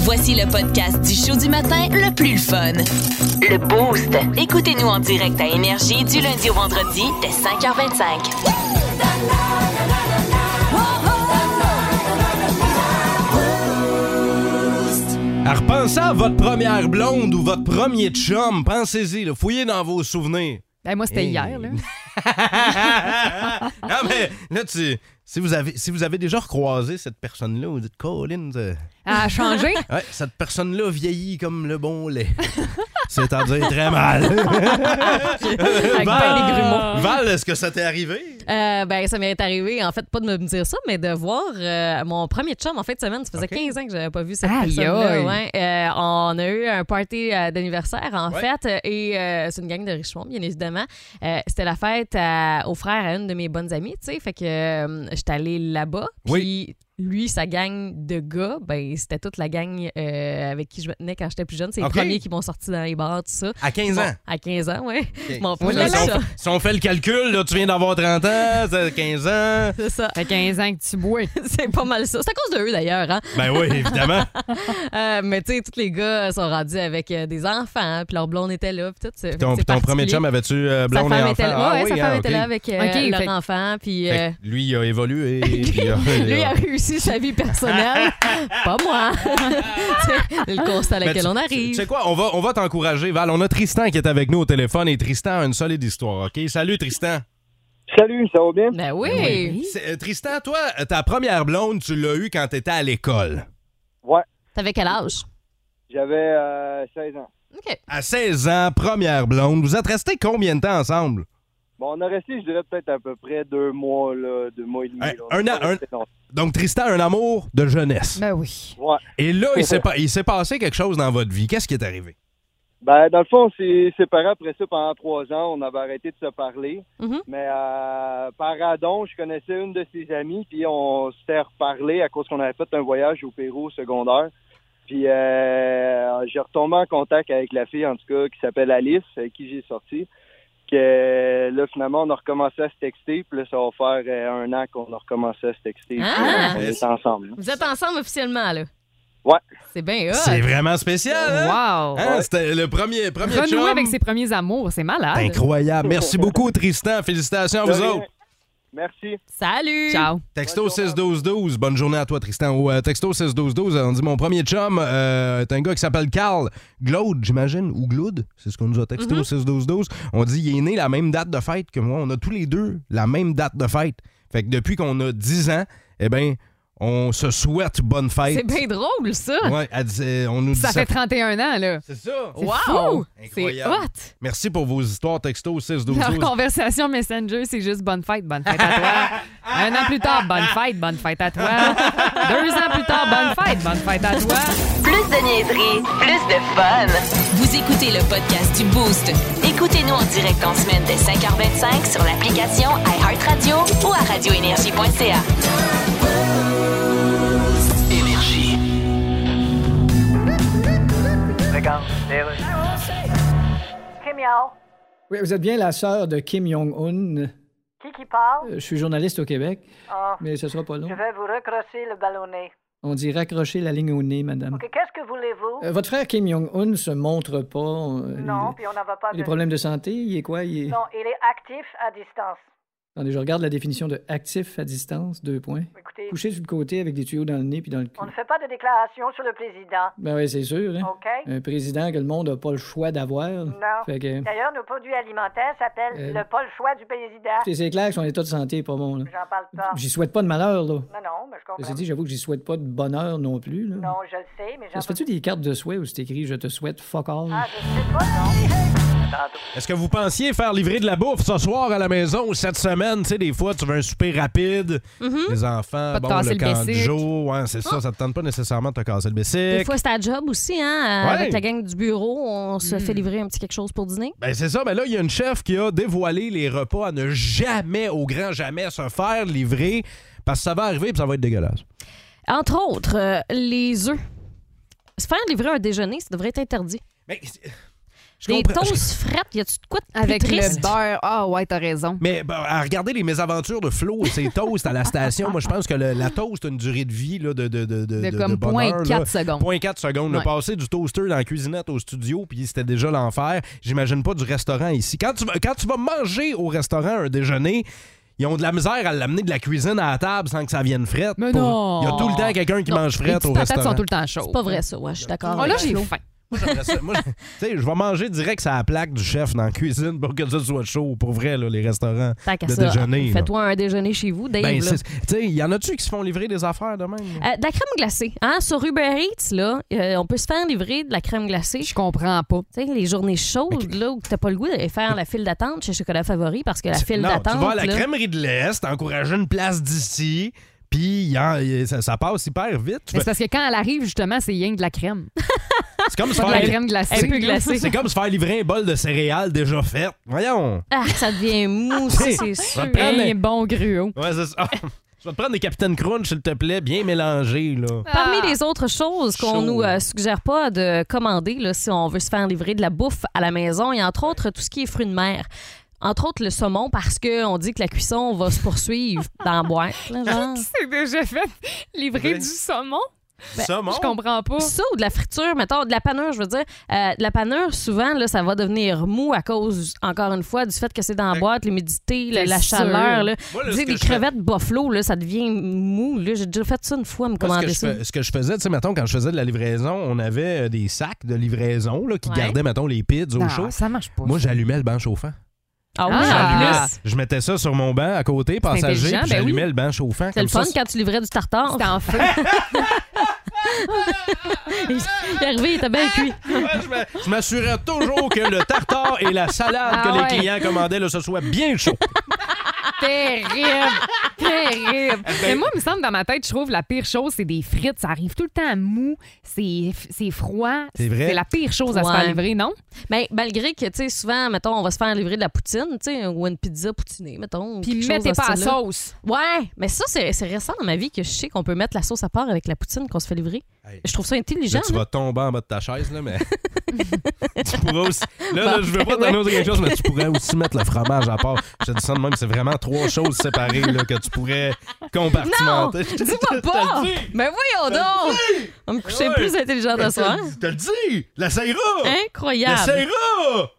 Voici le podcast du show du matin le plus le fun. Le Boost. Écoutez-nous en direct à Énergie du lundi au vendredi dès 5h25. À repenser à votre première blonde ou votre premier chum, pensez-y, là, fouillez dans vos souvenirs. Ben, moi, c'était Hey. hier. Là. non, mais là, tu, si, vous avez, si vous avez déjà recroisé cette personne-là, vous dites Colin, ça- À changer. ouais, cette personne-là vieillit comme le bon lait. C'est-à-dire très mal. Avec ben des grumeaux. Val, est-ce que ça t'est arrivé? Euh, ben, ça m'est arrivé, en fait, pas de me dire ça, mais de voir euh, mon premier chum en fin de semaine. Ça faisait Ok. 15 ans que j'avais pas vu cette Aïe, personne-là. aïe. ouais. Euh, on a eu un party euh, d'anniversaire, en Ouais. fait, euh, et euh, c'est une gang de Richemont, bien évidemment. Euh, C'était la fête à- au frère à une de mes bonnes amies, tu sais. Fait que euh, j'étais allée là-bas. Puis lui, sa gang de gars, ben, c'était toute la gang euh, avec qui je me tenais quand j'étais plus jeune. C'est Ok. les premiers qui m'ont sorti dans les bars, tout ça. À 15 Bon, ans. à 15 ans, oui. Ok. Mon Si on- premier si on- chum. si on fait le calcul, là, tu viens d'avoir 30 ans, ça, 15 ans. C'est ça. Ça fait 15 ans que tu bois. C'est pas mal ça. C'est à cause de eux d'ailleurs. Hein? Ben oui, évidemment. Euh, mais tu sais, tous les gars sont rendus avec euh, des enfants, puis leur blonde était là, puis tout. c'est- Puis ton, c'est puis ton premier particulier. chum, avait-tu euh, Sa blonde et femme enfant? était là, Ah ouais, oui, sa femme ah, était ok. là avec euh, Ok, fait- leur enfant, puis Fait euh, que lui, il a évolué. puis il a- lui a réussi sa vie personnelle, pas moi. C'est le constat à Mais laquelle tu- on Tu arrive. sais quoi, on va, on va t'encourager, Val. On a Tristan qui est avec nous au téléphone et Tristan a une solide histoire, OK? Salut, Tristan. Salut, ça va bien? Ben oui. C'est- euh, Tristan, toi, euh, ta première blonde, tu l'as eue quand t'étais à l'école. T'avais quel âge? J'avais euh, 16 ans. OK. À 16 ans, première blonde. Vous êtes restés combien de temps ensemble? Bon, on a resté, je dirais, peut-être à peu près deux mois, là, deux mois et demi. Un- là. Hein? un an, On restait longtemps. Donc, Tristan, un amour de jeunesse. Ben oui. Ouais. Et là, il s'est, pas- il s'est passé quelque chose dans votre vie. Qu'est-ce qui est arrivé? Ben, dans le fond, on s'est séparés après ça pendant trois ans. On avait arrêté de se parler. Mhm. Mais euh, par radon, je connaissais une de ses amies, puis on s'était reparlé à cause qu'on avait fait un voyage au Pérou au secondaire. Puis euh, j'ai retombé en contact avec la fille, en tout cas, qui s'appelle Alice, avec qui j'ai sorti. Que là, finalement, on a recommencé à se texter. Puis là, ça va faire euh, un an qu'on a recommencé à se texter. Ah! Puis, euh, on est ensemble. là. Vous êtes ensemble officiellement, là? Ouais. C'est bien C'est hot. vraiment spécial, hein? Wow. Hein, C'était le premier, premier chum. Ben, Renouer avec ses premiers amours, c'est malade. Incroyable. Merci beaucoup, Tristan. Félicitations à vous De rien. autres. Merci. Salut. Ciao. Texto Bonne journée. 6-12-12. Bonne journée à toi, Tristan. Ou euh, texto 6-12-12, on dit mon premier chum euh, est un gars qui s'appelle Carl Glaude, j'imagine, ou Gloude. C'est ce qu'on nous a texté au 6-12-12. On dit il est né la même date de fête que moi. On a tous les deux la même date de fête. Fait que depuis qu'on a 10 ans, eh ben on se souhaite bonne fête. C'est bien drôle, ça. Ouais, elle disait- on nous dit Ça ça. fait 31 ans, là. C'est ça. Wow! fou. C'est Incroyable. hot! Merci pour vos histoires texto au 6-12-12. Leur conversation Messenger, c'est juste bonne fête, bonne fête à toi. Un an plus tard, bonne fête, bonne fête à toi. Deux ans plus tard, bonne fête, bonne fête à toi. Plus de niaiserie, plus de fun. Vous écoutez le podcast du Boost. Écoutez-nous en direct en semaine dès 5h25 sur l'application iHeartRadio ou à radioénergie.ca. Oui, vous êtes bien la sœur de Kim Jong-un. Qui qui parle? Euh, Je suis journaliste au Québec, Ah, mais ce sera pas long. je vais vous recrosser le ballonnet. On dit raccrocher la ligne au nez, madame. OK, qu'est-ce que voulez-vous? Euh, votre frère Kim Jong-un se montre pas. euh, non, il- puis on n'en va pas il a de... des problèmes de santé, il est quoi? Il est... Non, il est actif à distance. Attendez, je regarde la définition de actif à distance, deux points. Écoutez, Couché sur le côté avec des tuyaux dans le nez puis dans le cul. on ne fait pas de déclaration sur le président, Ben oui, c'est sûr. Hein? OK? Un président que le monde n'a pas le choix d'avoir. Non. Fait que, D'ailleurs, nos produits alimentaires s'appellent Euh, le pas le choix du président. c'est- c'est clair que son état de santé est pas bon. là. J'en parle pas. J'y souhaite pas de malheur, là. Non, non, mais je comprends. Ceci dit, j'avoue que j'y souhaite pas de bonheur non plus. Là. Non, je le sais, mais Ça j'en se fait-tu des cartes de souhait où c'est écrit Je te souhaite fuck all? Ah, je sais pas, non. Est-ce que vous pensiez faire livrer de la bouffe ce soir à la maison ou cette semaine? Tu sais, des fois, tu veux un souper rapide, les enfants, Pas de bon, casser le le camp du bessic. jour, ouais, c'est ça, ça te tente pas nécessairement de te casser le Des bessic. fois, c'est à job aussi, hein? Ouais. Avec la gang du bureau, on se fait livrer un petit quelque chose pour dîner. Ben c'est ça, mais là, il y a une chef qui a dévoilé les repas à ne jamais, au grand jamais, se faire livrer parce que ça va arriver et ça va être dégueulasse. Entre autres, euh, les œufs. Se faire livrer un déjeuner, ça devrait être interdit. Mais Je Des comprends- toasts frettes, y a-tu de quoi de plus Avec le triste? beurre. Ah, ouais, t'as raison. Mais bah, à regarder les mésaventures de Flo et ses toasts à la station, moi je pense que le- la toast a une durée de vie là, de, de, de, de, De de comme bonheur, 0.4 là. secondes. 0.4 secondes. Le Ouais. passer du toaster dans la cuisinette au studio, puis c'était déjà l'enfer. J'imagine pas du restaurant ici. Quand tu, vas- quand tu vas manger au restaurant un déjeuner, ils ont de la misère à l'amener de la cuisine à la table sans que ça vienne frette. Mais Pour- non! Il y a tout le temps quelqu'un qui Non, mange Les frette au petites patates sont restaurant. tout le temps chaudes. C'est pas vrai, ça. Ouais, je suis d'accord. Oh là, avec j'ai Flo. faim. Moi, j'aimerais ça- moi, je- tu sais, je vais manger direct sur la plaque du chef dans la cuisine pour que ça soit chaud. Pour vrai, là, les restaurants Tant qu'à de ça, déjeuner. là. Fais-toi un déjeuner chez vous, Dave. Ben, là. c'est- tu sais, il y en a-tu qui se font livrer des affaires de même? là? Euh, de la crème glacée. Hein? Sur Uber Eats, là, euh, on peut se faire livrer de la crème glacée. Je comprends pas. Tu sais, les journées chaudes, là, où t'as pas le goût d'aller faire la file d'attente chez Chocolat Favori parce que la file non, d'attente. tu vas à la là- crèmerie de l'Est, encourager une place d'ici, puis il y en- il- ça, ça passe hyper vite. Tu fais- Mais c'est parce que quand elle arrive, justement, c'est rien que de la crème. C'est comme, se Pas de la faire- crème glacée. Un peu glacée. c'est comme se faire livrer un bol de céréales déjà fait. Voyons. Ah, ça devient mou, ça, c'est Ça sûr. te prend- Un bon gruau. Ouais, c'est ça. Je vais te prendre des Capitaine Crunch, s'il te plaît, bien mélangés. Là. Parmi les autres choses qu'on Ah. Chaud. nous euh, suggère pas de commander là, si on veut se faire livrer de la bouffe à la maison, et entre autres tout ce qui est fruits de mer. Entre autres le saumon, parce qu'on dit que la cuisson va se poursuivre dans la boîte. là, genre. C'est déjà fait livrer Oui. du saumon. Ben, Saumon. Je comprends pas. Ça ou de la friture, mettons, de la panure, je veux dire. Euh, de la panure, souvent, là, ça va devenir mou à cause, encore une fois, du fait que c'est dans la boîte, l'humidité, la, C'est la sûr. chaleur. Là. Moi, là, Tu ce sais, que des je fais- crevettes buffalo, là, ça devient mou. là. J'ai déjà fait ça une fois, me Moi, ce, commander que je ça. fais- ce que je faisais, tu sais, mettons, quand je faisais de la livraison, on avait euh, des sacs de livraison là, qui Ouais. gardaient, mettons, les pizzas au Non, chaud. ça marche pas. Moi, j'allumais le banc chauffant. Ah oui, Ah! en J'allumais- plus. Je mettais ça sur mon banc à côté, passager, intelligent, puis ben j'allumais le banc chauffant. C'est comme le fun ça, quand tu livrais du tartare. C'était en feu. Il est arrivé, il était bien cuit. Ouais, je me- je m'assurais toujours que le tartare et la salade Ah que ouais. les clients commandaient, là, ce soit bien chaud. terrible. Terrible. Eh ben Mais moi, il me semble, dans ma tête, je trouve la pire chose, c'est des frites. Ça arrive tout le temps mou. C'est c'est froid. C'est vrai. C'est la pire chose à se Ouais. faire livrer, non? Mais Ben, malgré que, tu sais, souvent, mettons, on va se faire livrer de la poutine, tu sais, ou une pizza poutinée, mettons. ou quelque Puis chose mettez dans ce pas la style-là. sauce. Ouais, mais ça, c'est c'est récent dans ma vie que je sais qu'on peut mettre la sauce à part avec la poutine qu'on se fait livrer. Hey. Je trouve ça intelligent. Là, tu là. vas tomber en bas de ta chaise, là, mais. tu pourrais aussi. Là, là, Bon, je veux pas ben t'annoncer quelque chose, mais tu pourrais aussi mettre le fromage à part. Je te dis ça de même, c'est vraiment trois choses séparées là, que tu pourrais Non! compartimenter. Je te- Dis-moi je te pas! Ben le dis. Mais voyons donc! On me couchait Ouais. plus intelligent de soir. Je te le dis! La Saïra! La Incroyable! Saïra!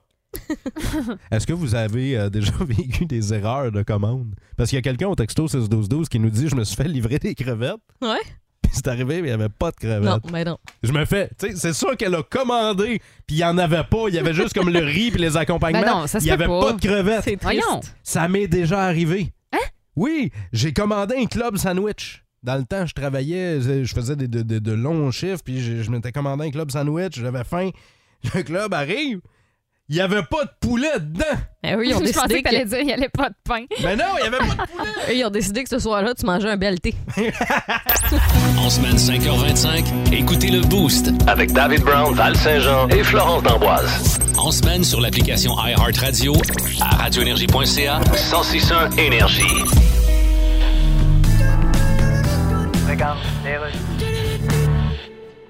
Est-ce que vous avez euh, déjà vécu des erreurs de commande? Parce qu'il y a quelqu'un au texto 61212 qui nous dit Je me suis fait livrer des crevettes. Ouais? Puis c'est arrivé, mais il n'y avait pas de crevettes. Non, mais non. Je me fais. tu sais, C'est sûr qu'elle a commandé, puis il n'y en avait pas. Il y avait juste comme le riz puis les accompagnements. Ben non, ça se il n'y peut avait pas. pas. de crevettes. C'est triste. Voyons. Ça m'est déjà arrivé. Hein? Oui, j'ai commandé un club sandwich. Dans le temps, je travaillais, je je faisais des, de, de- de longs chiffres, puis je, je m'étais commandé un club sandwich, j'avais faim. Le club arrive, il n'y avait pas de poulet dedans. Mais eux, Ben ils ont je décidé pensais que que, t'allais dire qu'il n'y allait pas de pain. Mais non, il n'y avait pas de poulet. eux, ils ont décidé que ce soir-là, tu mangeais un bel thé. En semaine 5h25, écoutez le Boost. Avec David Brown, Val Saint-Jean et Florence d'Amboise. En semaine sur l'application iHeartRadio, à radioénergie.ca. 1061 Énergie. Regarde, les Russes.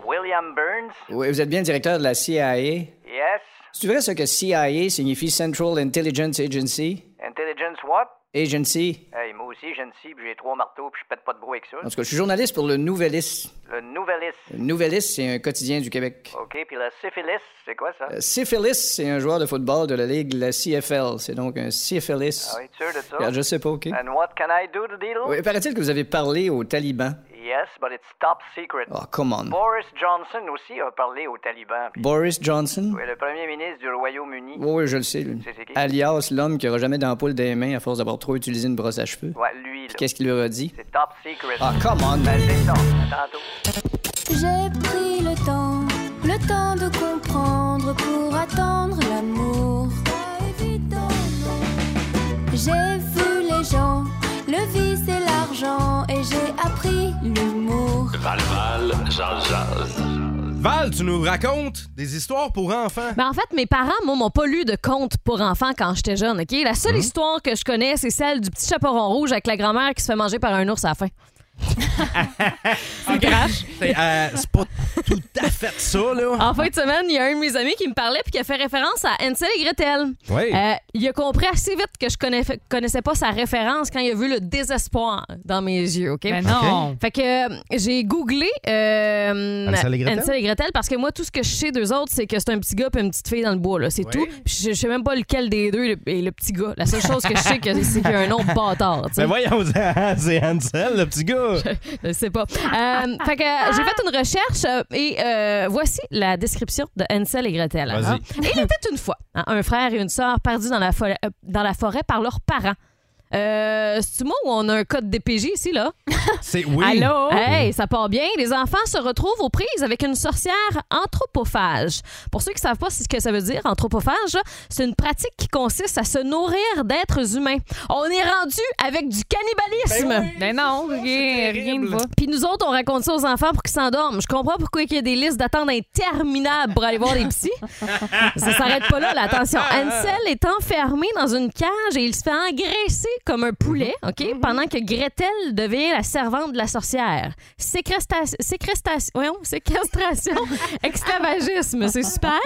William Burns? Oui, vous êtes bien le directeur de la CIA. Yes. C'est vrai ce que CIA signifie Central Intelligence Agency? Intelligence what? Agency. Hey, moi aussi, j'ai une scie, puis j'ai trois marteaux, puis je pète pas de brou avec ça. En tout cas, je suis journaliste pour le Nouvelliste. Le nouveliste. Le Nouvelliste, c'est un quotidien du Québec. OK, puis le syphilis, c'est quoi ça? Euh, Syphilis, c'est un joueur de football de la ligue, la CFL. C'est donc un syphilis. Ah oui, Ah, sûr de ça? Regarde, je sais pas, OK? And what can I do to deal? Oui, paraît-il que vous avez parlé aux talibans. Yes, but it's top secret. Oh, come on. Boris Johnson aussi a parlé aux talibans. puis- Boris Johnson? Oui, le premier ministre du Royaume-Uni. Oui, oui, je le sais, lui. C'est- c'est qui? Alias, l'homme qui aura jamais d'ampoule des mains à force d'avoir trop utilisé une brosse à cheveux. Ouais, lui, là. Qu'est-ce qu'il leur a dit? C'est top secret. Ah, come on, Ben, man. c'est ça. À tantôt. J'ai pris le temps, le temps de comprendre pour attendre l'amour. Pas évident, non. J'ai vu les gens, le vice et l'argent, et j'ai appris l'humour. Val Val, Jean Jazz. Val, tu nous racontes des histoires pour enfants. Ben, en fait, mes parents, moi, m'ont pas lu de contes pour enfants quand j'étais jeune, OK? La seule histoire que je connais, c'est celle du petit chaperon rouge avec la grand-mère qui se fait manger par un ours à la fin. C'est trash. C'est euh, c'est pas tout à fait ça, là. En fin de semaine, il y a un de mes amis qui me parlait puis qui a fait référence à Ansel et Gretel. Oui. Euh, il a compris assez vite que je connais- connaissais pas sa référence quand il a vu le désespoir dans mes yeux, OK? Mais non. Fait que euh, j'ai googlé euh, Hansel et Gretel? Hansel et Gretel parce que moi, tout ce que je sais d'eux autres, c'est que c'est un petit gars et une petite fille dans le bois. là. C'est Oui. tout. Puis Je, je sais même pas lequel des deux est le- est le petit gars. La seule chose que je sais, que c'est qu'il y a un nom de bâtard. tu sais. Mais Ben voyons, c'est Hansel, le petit gars. Je sais pas. Euh, fait que euh, j'ai fait une recherche euh, et euh, voici la description de Hansel et Gretel. Vas-y. Et il était une fois hein, un frère et une sœur perdus dans la, fo- euh, dans la forêt par leurs parents. Euh, C'est-tu moi où on a un code DPJ ici, là? C'est oui. Allô? Hey, ça part bien. Les enfants se retrouvent aux prises avec une sorcière anthropophage. Pour ceux qui savent pas ce que ça veut dire, anthropophage, là, c'est une pratique qui consiste à se nourrir d'êtres humains. On est rendu avec du cannibalisme. Mais non, rien, rien ne va. Puis nous autres, on raconte ça aux enfants pour qu'ils s'endorment. Je comprends pourquoi il y a des listes d'attente interminables pour aller voir les psys. Ça s'arrête pas là, là. Attention. Ansel est enfermé dans une cage et il se fait engraisser comme un poulet, OK? Pendant que Gretel devient la servante de la sorcière. Sécrestation. Sécrestation. voyons, séquestration. Esclavagisme. C'est super.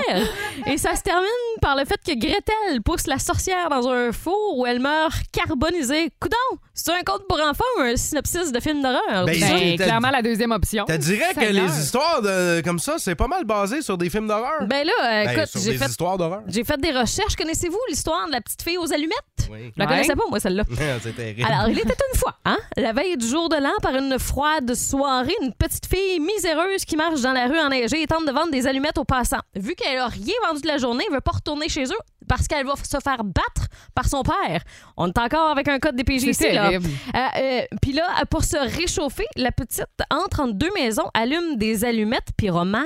Et ça se termine par le fait que Gretel pousse la sorcière dans un four où elle meurt carbonisée. Coudon! C'est un conte pour enfants ou un synopsis de film d'horreur? Ben, Ça, Ben, t'as- clairement, la deuxième option. T'as dirais que Seigneur. les histoires de- comme ça, c'est pas mal basé sur des films d'horreur. Ben là, euh, Ben, écoute, sur j'ai des fait, histoires d'horreur. j'ai fait des recherches. Connaissez-vous l'histoire de la petite fille aux allumettes? Oui. Je la Ouais. connaissais pas, moi, celle-là. c'est terrible. Alors, il était une fois, hein? La veille du jour de l'an, par une froide soirée, une petite fille miséreuse qui marche dans la rue enneigée et tente de vendre des allumettes aux passants. Vu qu'elle a rien vendu de la journée, elle veut pas retourner chez eux parce qu'elle va se faire battre par son père. On est encore avec un code des PJ C'est ici, là. terrible. Euh, euh, puis là, pour se réchauffer, la petite entre entre deux maisons, allume des allumettes pyromanes.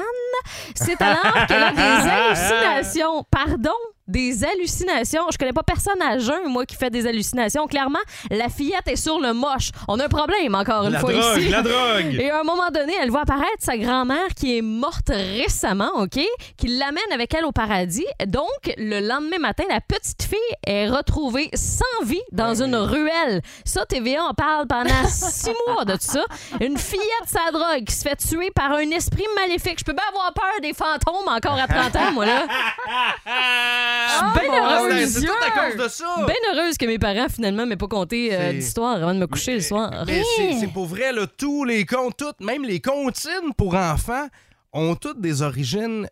C'est alors qu'elle a des hallucinations. Pardon, des hallucinations. Je connais pas personne à jeun, moi, qui fait des hallucinations. Clairement, la fillette est sur le moche. On a un problème, encore une la fois, drogue, ici. la drogue. Et à un moment donné, elle voit apparaître sa grand-mère qui est morte récemment, OK? Qui l'amène avec elle au paradis. Donc, le lendemain matin, la petite fille est retrouvée sans vie dans Ben une ruelle. Ça, TVA en parle pendant six mois de ça. Une fillette sa drogue qui se fait tuer par un esprit maléfique. Je peux bien avoir peur des fantômes encore à 30 ans, moi, là. Je suis bien Ah, heureuse. c'est- c'est tout à cause de ça. Bien heureuse que mes parents, finalement, m'aient pas compté euh, C'est- d'histoire avant de me coucher le soir. Mais c'est- c'est pour vrai, là, tous les contes, toutes, même les comptines pour enfants ont toutes des origines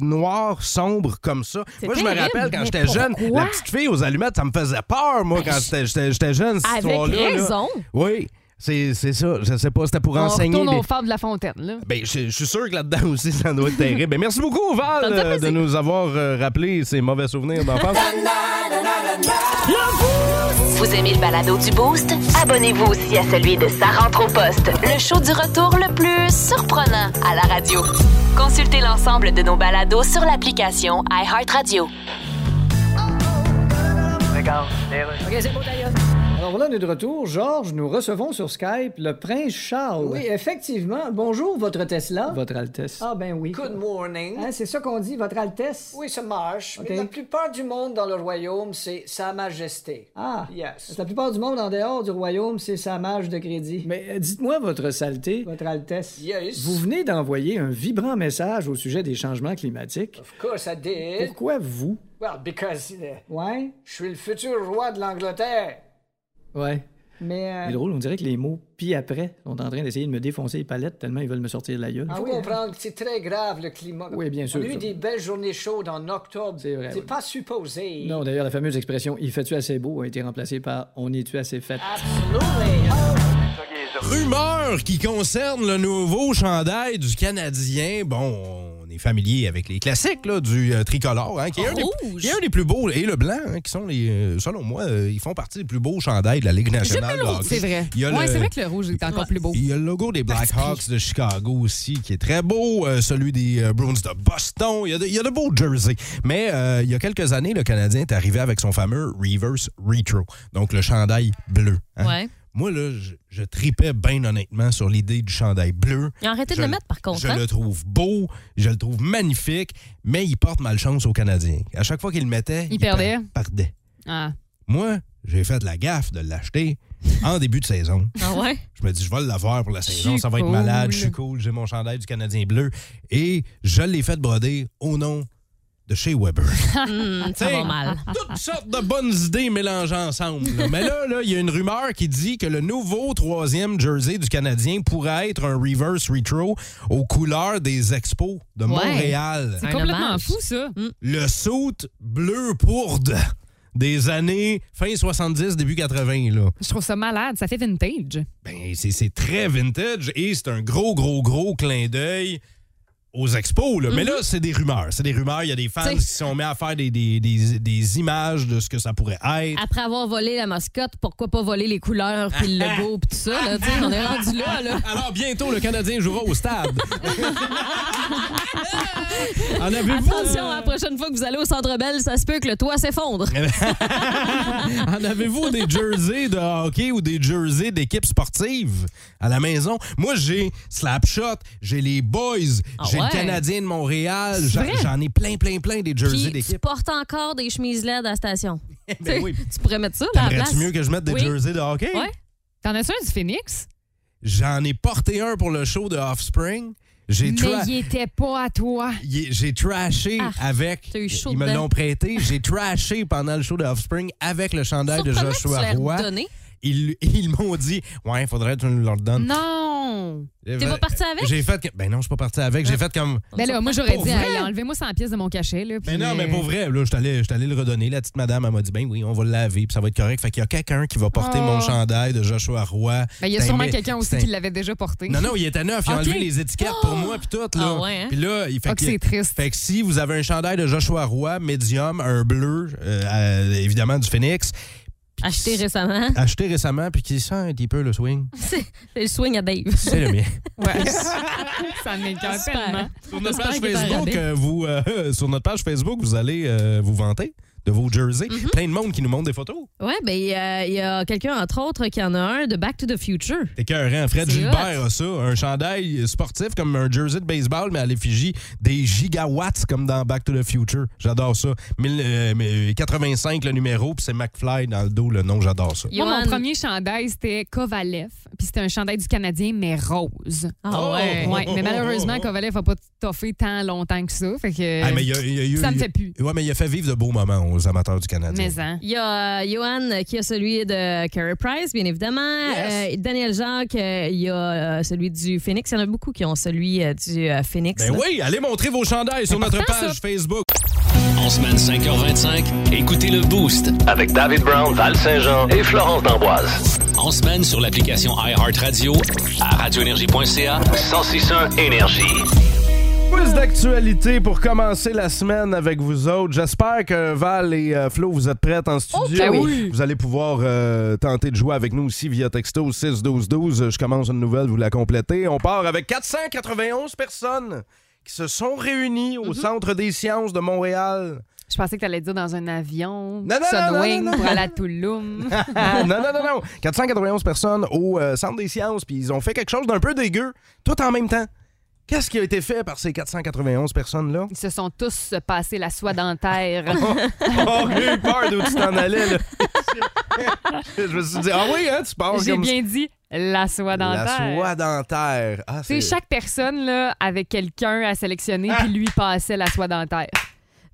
noires, sombres, comme ça. C'est Moi, je me terrible, rappelle quand mais j'étais jeune, pourquoi? Ben, la petite fille aux allumettes, ça me faisait peur, moi, quand j'étais- j'étais j'étais jeune, cette Avec histoire-là. là. raison. Oui, c'est c'est ça. Je sais pas, c'était pour On enseigner. retourne des- au phare de la fontaine, là. Ben, je, je suis sûr que là-dedans aussi, ça doit être terrible. Ben, merci beaucoup, Val, Ça me fait euh, de plaisir. nous avoir euh, rappelé ces mauvais souvenirs d'enfance. Vous aimez le balado du Boost? Abonnez-vous aussi à celui de Sa rentre au poste, le show du retour le plus surprenant à la radio. Consultez l'ensemble de nos balados sur l'application iHeartRadio. Regarde, les rues. Alors voilà, on est de retour. Georges, nous recevons sur Skype le prince Charles. Oui, effectivement. Bonjour, votre Tesla. Votre Altesse. Ah ben oui. Good morning. Hein, c'est ça qu'on dit, votre Altesse? Oui, ça marche. Ok. Mais la plupart du monde dans le royaume, c'est Sa Majesté. Ah, Yes. la plupart du monde en dehors du royaume, c'est sa mage de crédit. Mais euh, dites-moi, votre saleté, votre Altesse, Yes. vous venez d'envoyer un vibrant message au sujet des changements climatiques. Of course I did. Pourquoi vous? Well, because euh, Ouais, je suis le futur roi de l'Angleterre. ouais. Mais. C'est euh, drôle, on dirait que les mots « pis après » sont en train d'essayer de me défoncer les palettes tellement ils veulent me sortir de la gueule. il faut comprendre que c'est très grave le climat. Oui, bien sûr, Ah On a eu ça. des belles journées chaudes en octobre. C'est vrai, oui. pas supposé. Non, d'ailleurs, la fameuse expression « il fait-tu assez beau » a été remplacée par « on est-tu assez fait Absolutely. Rumeur qui concerne le nouveau chandail du Canadien. Bon, on est familier avec les classiques là, du euh, tricolore, hein, qui, est un des, Rouge. qui est un des plus beaux, et le blanc, hein, qui sont, les, euh, selon moi, euh, ils font partie des plus beaux chandails de la Ligue nationale. de hockey. C'est vrai. Il y a Ouais, le- c'est vrai que le rouge est encore plus beau. Il y a le logo des Blackhawks de Chicago aussi, qui est très beau. euh, celui des euh, Bruins de Boston. Il y a de, il y a de beaux jerseys. Mais euh, il y a quelques années, le Canadien est arrivé avec son fameux Reverse Retro. Donc, le chandail bleu. hein. Ouais. Moi, là, je, je tripais bien honnêtement sur l'idée du chandail bleu. Il a arrêté de Je le mettre, par contre. Je hein? le trouve beau, je le trouve magnifique, mais il porte malchance aux Canadiens. À chaque fois qu'il le mettait, Il perdait. per- perdait. Ah. Moi, j'ai fait de la gaffe de l'acheter. en début de saison. Ah ouais? Je me dis, je vais le faire pour la saison. suis Ça va être malade. Je suis cool. cool. J'ai mon chandail du Canadien bleu. Et je l'ai fait broder au nom de Shea Weber. Hmm, ça T'sais, va mal. Toutes sortes de bonnes idées mélangées ensemble. là. Mais là, là, il y a une rumeur qui dit que le nouveau troisième jersey du Canadien pourrait être un reverse retro aux couleurs des expos de Montréal. C'est complètement fou, ça. Le suit bleu pourde des années fin 70, début 80. Là. Je trouve ça malade. Ça fait vintage. Ben, c'est- c'est très vintage et c'est un gros, gros, gros clin d'œil aux expos. là. Mais là, c'est des rumeurs. C'est des rumeurs. Il y a des fans Mm-hmm. T'sais. qui se sont mis à faire des, des- des- des images de ce que ça pourrait être. Après avoir volé la mascotte, pourquoi pas voler les couleurs puis le logo puis tout ça? Là, tu sais, on est rendu là. là. Alors, bientôt, le Canadien jouera au stade. en avez-vous euh, Attention, la prochaine fois que vous allez au Centre Bell, ça se peut que le toit s'effondre. hein. En avez-vous des jerseys de hockey ou des jerseys d'équipes sportives à la maison? Moi, j'ai Slapshot, j'ai les Boys, Ah j'ai ouais? le Canadien de Montréal, C'est j'en vrai? j'en ai plein, plein, plein des jerseys Puis tu d'équipes. portes encore des chemises LED à la station. Tu sais, Ben oui. Tu pourrais mettre ça là, à la place. T'aimerais-tu mieux que je mette des Oui. jerseys de hockey? Ouais. T'en as-tu un du Phoenix? J'en ai porté un pour le show de Offspring. J'ai Mais tra- il était pas à toi. Il est- J'ai trashé avec. t'as eu chaud Ils me dedans. l'ont prêté. J'ai trashé pendant le show de Offspring avec le chandail de Surprenant que tu Joshua l'aies Roy. redonné. Ils, ils m'ont dit Ouais, il faudrait que tu nous le redonnes. Non! T'es pas parti avec? J'ai fait. que- Ben non, je suis pas parti avec. J'ai fait comme. Ben là, moi, j'aurais Pour dit, vrai? Hey, enlevez-moi 100 pièces de mon cachet. Là, Mais puis, non, mais euh, pour vrai, là, je suis allé, je suis allé le redonner. La petite madame, elle m'a dit, ben oui, on va le laver, puis ça va être correct. Fait qu'il y a quelqu'un qui va porter Oh. mon chandail de Joshua Roy. Ben, il y a T'as sûrement aimé- quelqu'un aussi c'est un- qui l'avait déjà porté. Non, non, il était neuf. Il a Ok. enlevé les étiquettes pour moi, puis tout, là. Ah ouais, hein? Puis là, il fait Ah, que c'est triste. Fait que si vous avez un chandail de Joshua Roy, médium, un bleu, euh, euh, évidemment du Phoenix, Acheté récemment. acheté récemment, puis qui sent un petit peu le swing, C'est c'est le swing à Dave. c'est le mien. Ouais. ça m'écœure tellement. Sur notre page J'espère qu'il est en Facebook, rabais. euh, vous, euh, sur notre page Facebook, vous allez euh, vous vanter de vos jerseys. Mm-hmm. Plein de monde qui nous montre des photos. Ouais, ben il y a- il y a, quelqu'un, entre autres, qui en a un de Back to the Future. T'es cœurant. Fred C'est Gilbert a ça, un chandail sportif comme un jersey de baseball, mais à l'effigie des gigawatts comme dans Back to the Future. J'adore ça. 1000, euh, mais 85 le numéro, puis c'est McFly dans le dos le nom. J'adore ça. Moi, mon premier chandail, c'était Kovalev. Puis c'était un chandail du Canadien, mais rose. Ah ouais. Ouais, mais malheureusement, Kovalev n'a pas toffé tant longtemps que ça. Fait que Ah, mais il y a- il y a eu- ça me fait plus. Ouais, mais il a fait vivre de beaux moments aux amateurs du Canadien. Mais hein. Il y a euh, Johan euh, qui a celui de Carey Price, bien évidemment. Euh, Daniel Jacques, euh, il y a euh, celui du Phoenix. Il y en a beaucoup qui ont celui euh, du euh, Phoenix. Ben là. oui, allez montrer vos chandails sur notre important, page ça. Facebook. En semaine 5h25, écoutez le Boost. Avec David Brown, Val Saint-Jean et Florence D'Amboise. En semaine sur l'application iHeartRadio à radioénergie.ca. 1061 Énergie. Plus d'actualité pour commencer la semaine avec vous autres. J'espère que Val et euh, Flo, vous êtes prêtes en studio. ben oui. Vous allez pouvoir euh, tenter de jouer avec nous aussi via texto 6-12-12. Je commence une nouvelle, vous la complétez. On part avec 491 personnes qui se sont réunies Mhm. au Centre des sciences de Montréal. Je pensais que tu allais dire dans un avion, non, non, Sunwing, non, non, pour aller à Tulum. Ah, non, non, non, non. 491 personnes au euh, Centre des sciences, puis ils ont fait quelque chose d'un peu dégueu, tout en même temps. Qu'est-ce qui a été fait par ces 491 personnes-là? Ils se sont tous passés la soie dentaire. Oh, j'ai eu peur d'où tu t'en allais, là. Je me suis dit, ah oui, hein, tu pars J'ai comme bien dit la soie dentaire. La soie dentaire. Ah, Tu sais, chaque personne là, avait quelqu'un à sélectionner, puis lui passait la soie dentaire.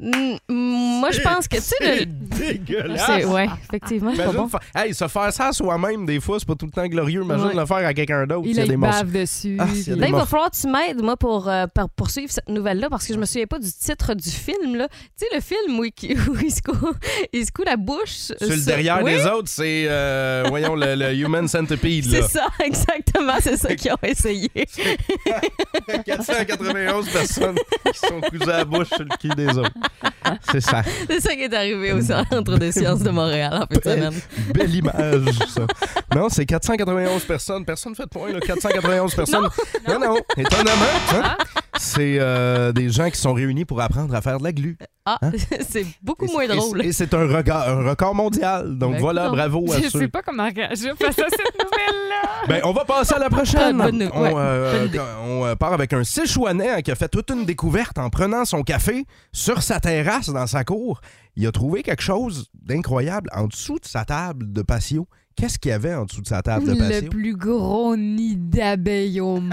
Mm, mm, moi, je pense que, tu sais, C'est le- dégueulasse. c'est- ouais, effectivement, c'est pas Ah. Imagine bon. Ben, fa- Hey, se faire ça à soi-même, des fois, c'est pas tout le temps glorieux. Imagine Ouais. le faire à quelqu'un d'autre. Il s'il y a a des une morceaux. bave dessus. Ah, s'il y a puis- Dave, il va morceaux. falloir que tu m'aides, moi, pour euh, par- poursuivre cette nouvelle-là, parce que je me souviens pas du titre du film, là. Tu sais, le film où, il- qui- où il, se cou... il se coule la bouche. Sur le derrière Oui, des autres, c'est, euh, voyons, le, le Human Centipede. C'est Là. ça, exactement, c'est ça qu'ils ont essayé. 491 personnes qui sont cousées à la bouche sur le cul des autres. C'est ça. C'est ça qui est arrivé au Centre des sciences de Montréal en fin de Ben. semaine. Belle image, ça. Non, c'est 491 personnes. Personne ne fait de point, là. 491 personnes. Non, non. Étonnamment, Ah. hein, c'est euh, des gens qui sont réunis pour apprendre à faire de la glu. Ah, Hein? c'est beaucoup Et c'est- moins drôle. Et, c'est un, regard- un record mondial. Donc Ben, voilà, écoute bravo à Je ceux. sais pas comment réagir face à cette nouvelle-là. Ben, on va passer à la prochaine. Bonne nouvelle. on, euh, Bonne idée. quand- on, euh, part avec un Sichuanais hein, qui a fait toute une découverte en prenant son café sur sa terrasse dans sa cour. Il a trouvé quelque chose d'incroyable en dessous de sa table de patio Qu'est-ce qu'il y avait en dessous de sa table de Le patio? plus gros nid d'abeilles au monde.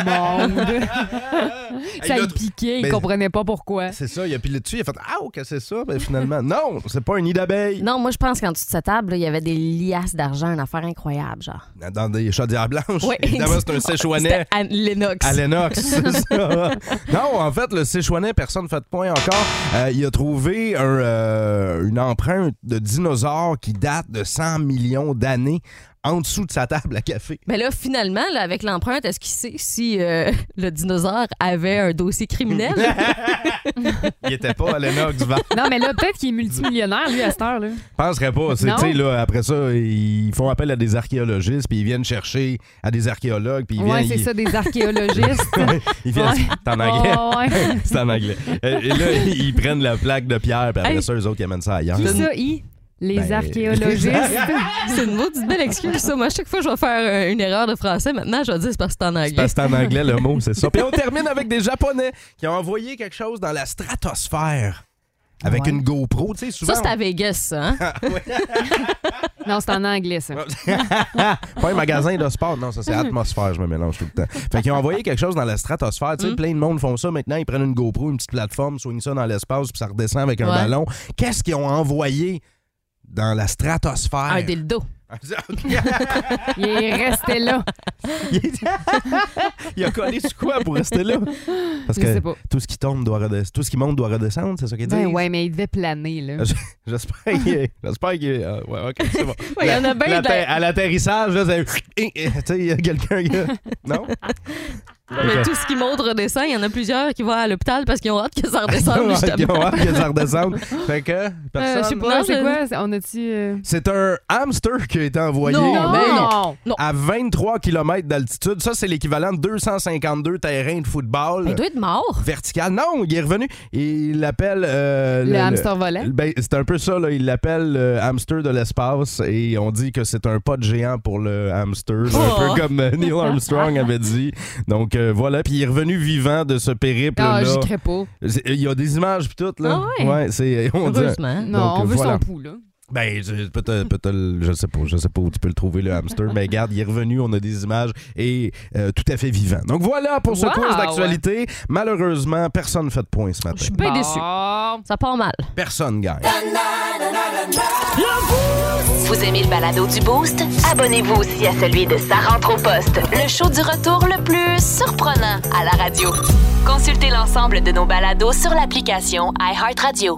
ça Il le a tr- piquait, il Ben- comprenait pas pourquoi. C'est ça, il a pilé dessus, il a fait Ah, qu'est-ce que c'est ça? Ben, finalement, non, c'est pas un nid d'abeilles. Non, moi, je pense qu'en dessous de cette table, là, il y avait des liasses d'argent, une affaire incroyable, genre. Dans des chaudières blanches. Oui. Évidemment, c'est un Séchouanais. C'était à Lennox. À Lennox, c'est ça. Non, en fait, le Sichuanais, personne ne fait de point encore. Euh, il a trouvé un, euh, une empreinte de dinosaure qui date de 100 millions d'années en dessous de sa table à café. Mais là, finalement, là, avec l'empreinte, est-ce qu'il sait si euh, le dinosaure avait un dossier criminel? Il était pas à Lennox, Val. Non, mais là, peut-être qu'il est multimillionnaire, lui, à cette heure-là. Penserais pas. C'est- Non. tu sais, là, après ça, ils font appel à des archéologistes, puis ils viennent chercher à des archéologues, puis ils Ouais, viennent. c'est ils- ça, des archéologistes. Ils viennent- Ouais. C'est en anglais. Oh, ouais. c'est en anglais. Euh, Et là, ils prennent la plaque de pierre, puis après Hey. ça, eux autres, ils amènent ça ailleurs. Qui ça, I? Les Ben, archéologistes. c'est une maudite belle excuse, ça. Moi, à chaque fois que je vais faire euh, une erreur de français, maintenant, je vais dire c'est parce que c'est en anglais. Parce que c'est en anglais le mot, c'est ça. Puis on termine avec des Japonais qui ont envoyé quelque chose dans la stratosphère avec Ouais. une GoPro. Tu Ah, sais, souvent. Ça, c'est à Vegas, ça. hein? Non, c'est en anglais, ça. on- Pas un magasin de sport, non, ça c'est Mhm. atmosphère, je me mélange tout le temps. Fait qu'ils ont envoyé quelque chose dans la stratosphère, Mhm. tu sais, plein de monde font ça maintenant, ils prennent une GoPro, une petite plateforme, soignent ça dans l'espace, puis ça redescend avec un Ouais. ballon. Qu'est-ce qu'ils ont envoyé dans la stratosphère? Un dildo. Il est resté là. Il a collé sur quoi pour rester là? Parce Je que sais pas. tout ce qui tombe doit redescendre, tout ce qui monte doit redescendre, c'est ça qu'ils disent? Ben ouais, mais il devait planer, là. J- J'espère qu'il est. J'espère qu'il est. ah, ouais, ok, c'est bon. Ouais, il y en a bien de la- À l'atterrissage, là, c'est. Eh, Tu sais, il y a quelqu'un qui. a- Non? Mais Ok. tout ce qui monte redescend, il y en a plusieurs qui vont à l'hôpital parce qu'ils ont hâte que ça redescende, Qui ont justement. hâte que ça redescende. Fait que. Euh, je sais Personne. pas, Non, c'est je- quoi? c'est- On a-tu... euh, c'est un hamster qui a été envoyé. Non, ben non. non. À 23 km d'altitude. Ça, c'est l'équivalent de 252 terrains de football. Il doit être mort. vertical. Non, il est revenu. Il l'appelle. euh, Le hamster volant. Ben, c'est un peu ça, là. Il l'appelle le hamster de l'espace et on dit que c'est un pas de géant pour le hamster. là, Un Oh. peu comme euh, Neil Armstrong avait dit. Donc euh, voilà, puis il est revenu vivant de ce Ah, j'y périple-là. crée pas. C'est- Il y a des images puis tout, là. Ah ouais? c'est. euh, On dit, Heureusement. Non, Donc, on veut voilà. son pouls, là. ben, je- peut-être, peut-être, je sais pas, je sais pas où tu peux le trouver le hamster, mais regarde, il est revenu, on a des images et euh, tout à fait vivant. Donc voilà pour ce Wow! quiz d'actualité. Malheureusement, personne ne fait de point ce matin. Je suis bien déçu. Bon. Ça part mal. Personne gagne. Vous aimez le balado du Boost? Abonnez-vous aussi à celui de Sa rentre au poste, le show du retour le plus surprenant à la radio. Consultez l'ensemble de nos balados sur l'application iHeartRadio.